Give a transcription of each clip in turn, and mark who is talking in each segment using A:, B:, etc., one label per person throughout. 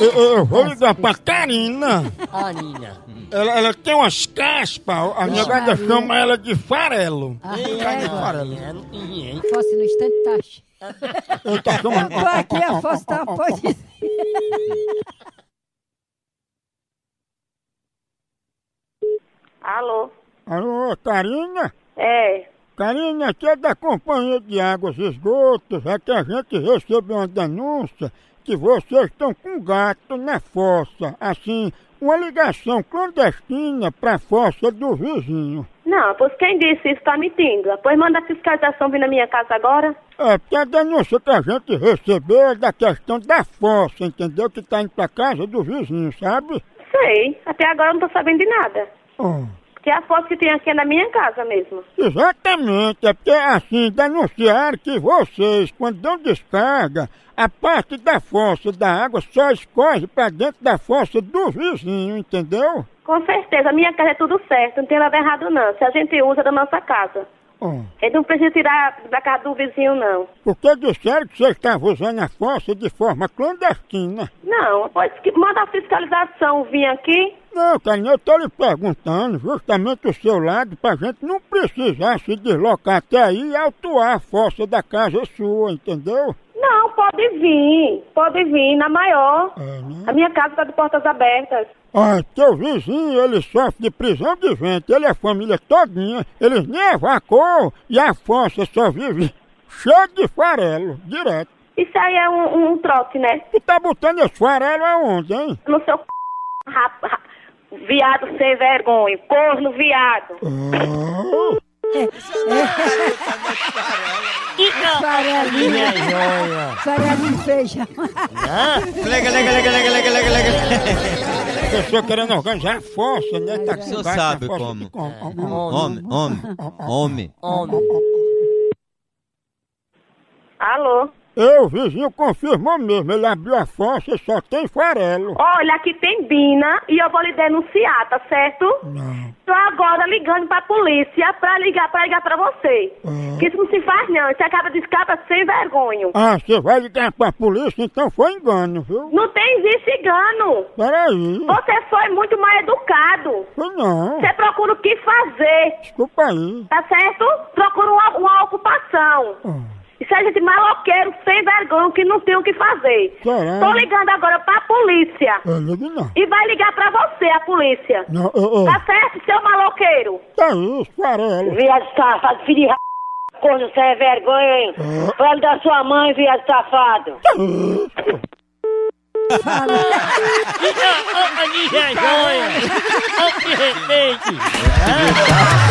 A: Eu, eu- eu vou ligar pra Karina.
B: Ah, Nina.
A: Ela, ela tem umas caspas, a minha gata chama ela de farelo.
C: Ah,
A: Carne de
C: é.
A: farelo.
B: Não tem dinheiro.
C: Fosse no instante, tá.
A: Eu tô chamando.
C: Tô aqui, a fosse tá, pode dizer.
D: Alô?
A: Alô, Karina?
D: É,
A: Karina, aqui é da Companhia de Águas e Esgotos, é que a gente recebeu uma denúncia que vocês estão com um gato na fossa, assim, uma ligação clandestina pra fossa do vizinho.
D: não, pois quem disse isso tá mentindo. Pois manda a fiscalização vir na minha casa agora.
A: É, porque a denúncia que a gente recebeu é da questão da fossa, entendeu? Que tá indo pra casa do vizinho, sabe?
D: Sei, até agora eu não tô sabendo de nada.
A: Oh.
D: Porque a foto que tem aqui é na minha casa mesmo.
A: Exatamente, é porque assim denunciaram que vocês, quando dão descarga, a parte da fossa da água só escorre pra dentro da fossa do vizinho, entendeu?
D: Com certeza, a minha casa é tudo certo, não tem nada errado não. Se a gente usa é da nossa casa.
A: Ó,
D: Ele não precisa tirar da casa do vizinho, não.
A: porque disseram que vocês estavam usando a fossa de forma clandestina.
D: Não, pois que manda a fiscalização vir aqui.
A: Não, Karina, eu tô lhe perguntando justamente o seu lado pra gente não precisar se deslocar até aí e autuar a fossa da casa sua, entendeu?
D: Não, pode vir, pode vir, na maior.
A: É, né?
D: A minha casa tá de portas abertas.
A: Ah, teu vizinho, ele sofre de prisão de vento, ele é a família todinha, eles nem evacuam e a fossa só vive cheia de farelo, direto.
D: Isso aí é um, um trote, né?
A: Tu tá botando esse farelo aonde, hein?
D: no seu c... rap- ra- viado sem vergonha, corno viado.
A: Ah,
C: Farelinha,
B: Minha joia.
C: farelinha de feijão.
E: Lega, lega, lega, lega, lega, lega, lega.
A: eu sou querendo organizar a fossa, né? Tá com
E: O senhor
A: gato, a
E: sabe
A: fossa
E: como.
A: que come.
E: Homem, homem, homem.
B: Homem.
D: Alô?
A: Eu, o vizinho confirmou mesmo, ele abriu a fossa e só tem farelo.
D: Olha, aqui tem Bina e eu vou lhe denunciar, tá certo?
A: Não.
D: Tô agora ligando pra polícia pra ligar, pra ligar pra você.
A: Ah.
D: Que isso não se faz não, você acaba de escapa sem vergonha.
A: Ah, você vai ligar pra polícia, então foi engano, viu?
D: Não tem vice cigano.
A: Peraí,
D: Você foi muito mal educado.
A: foi não,
D: Você procura o que fazer,
A: desculpa aí.
D: tá certo? Procura uma, uma ocupação.
A: Ah.
D: Isso é gente maloqueiro, sem vergonha, que não tem o que fazer.
A: Caralho.
D: Tô ligando agora pra polícia.
A: Eu ligo não.
D: E vai ligar pra você, a polícia.
A: Não, eu, eu.
D: Tá certo, seu maloqueiro?
A: Tá isso, farelo.
D: Viado safado, filho de r... Corno sem é vergonha, hein? Velho da sua mãe, viado safado.
A: Tá isso.
B: Minha joia. Não te respeite.
A: Tá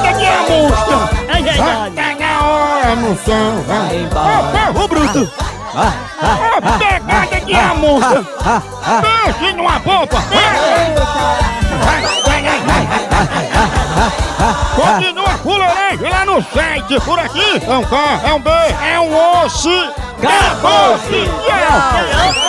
A: é
B: Ai, ai, ai.
A: Tá na hora, moção, vai. Ô, ô, ô, bruto! Ô, pegada de amor! Pense é, numa bomba! Vai, vai, vai, vai, vai, vai, vai. Continua fuleiragem lá no site, por aqui! É um K, é um B, é um osso! Acabou-se! Tchau!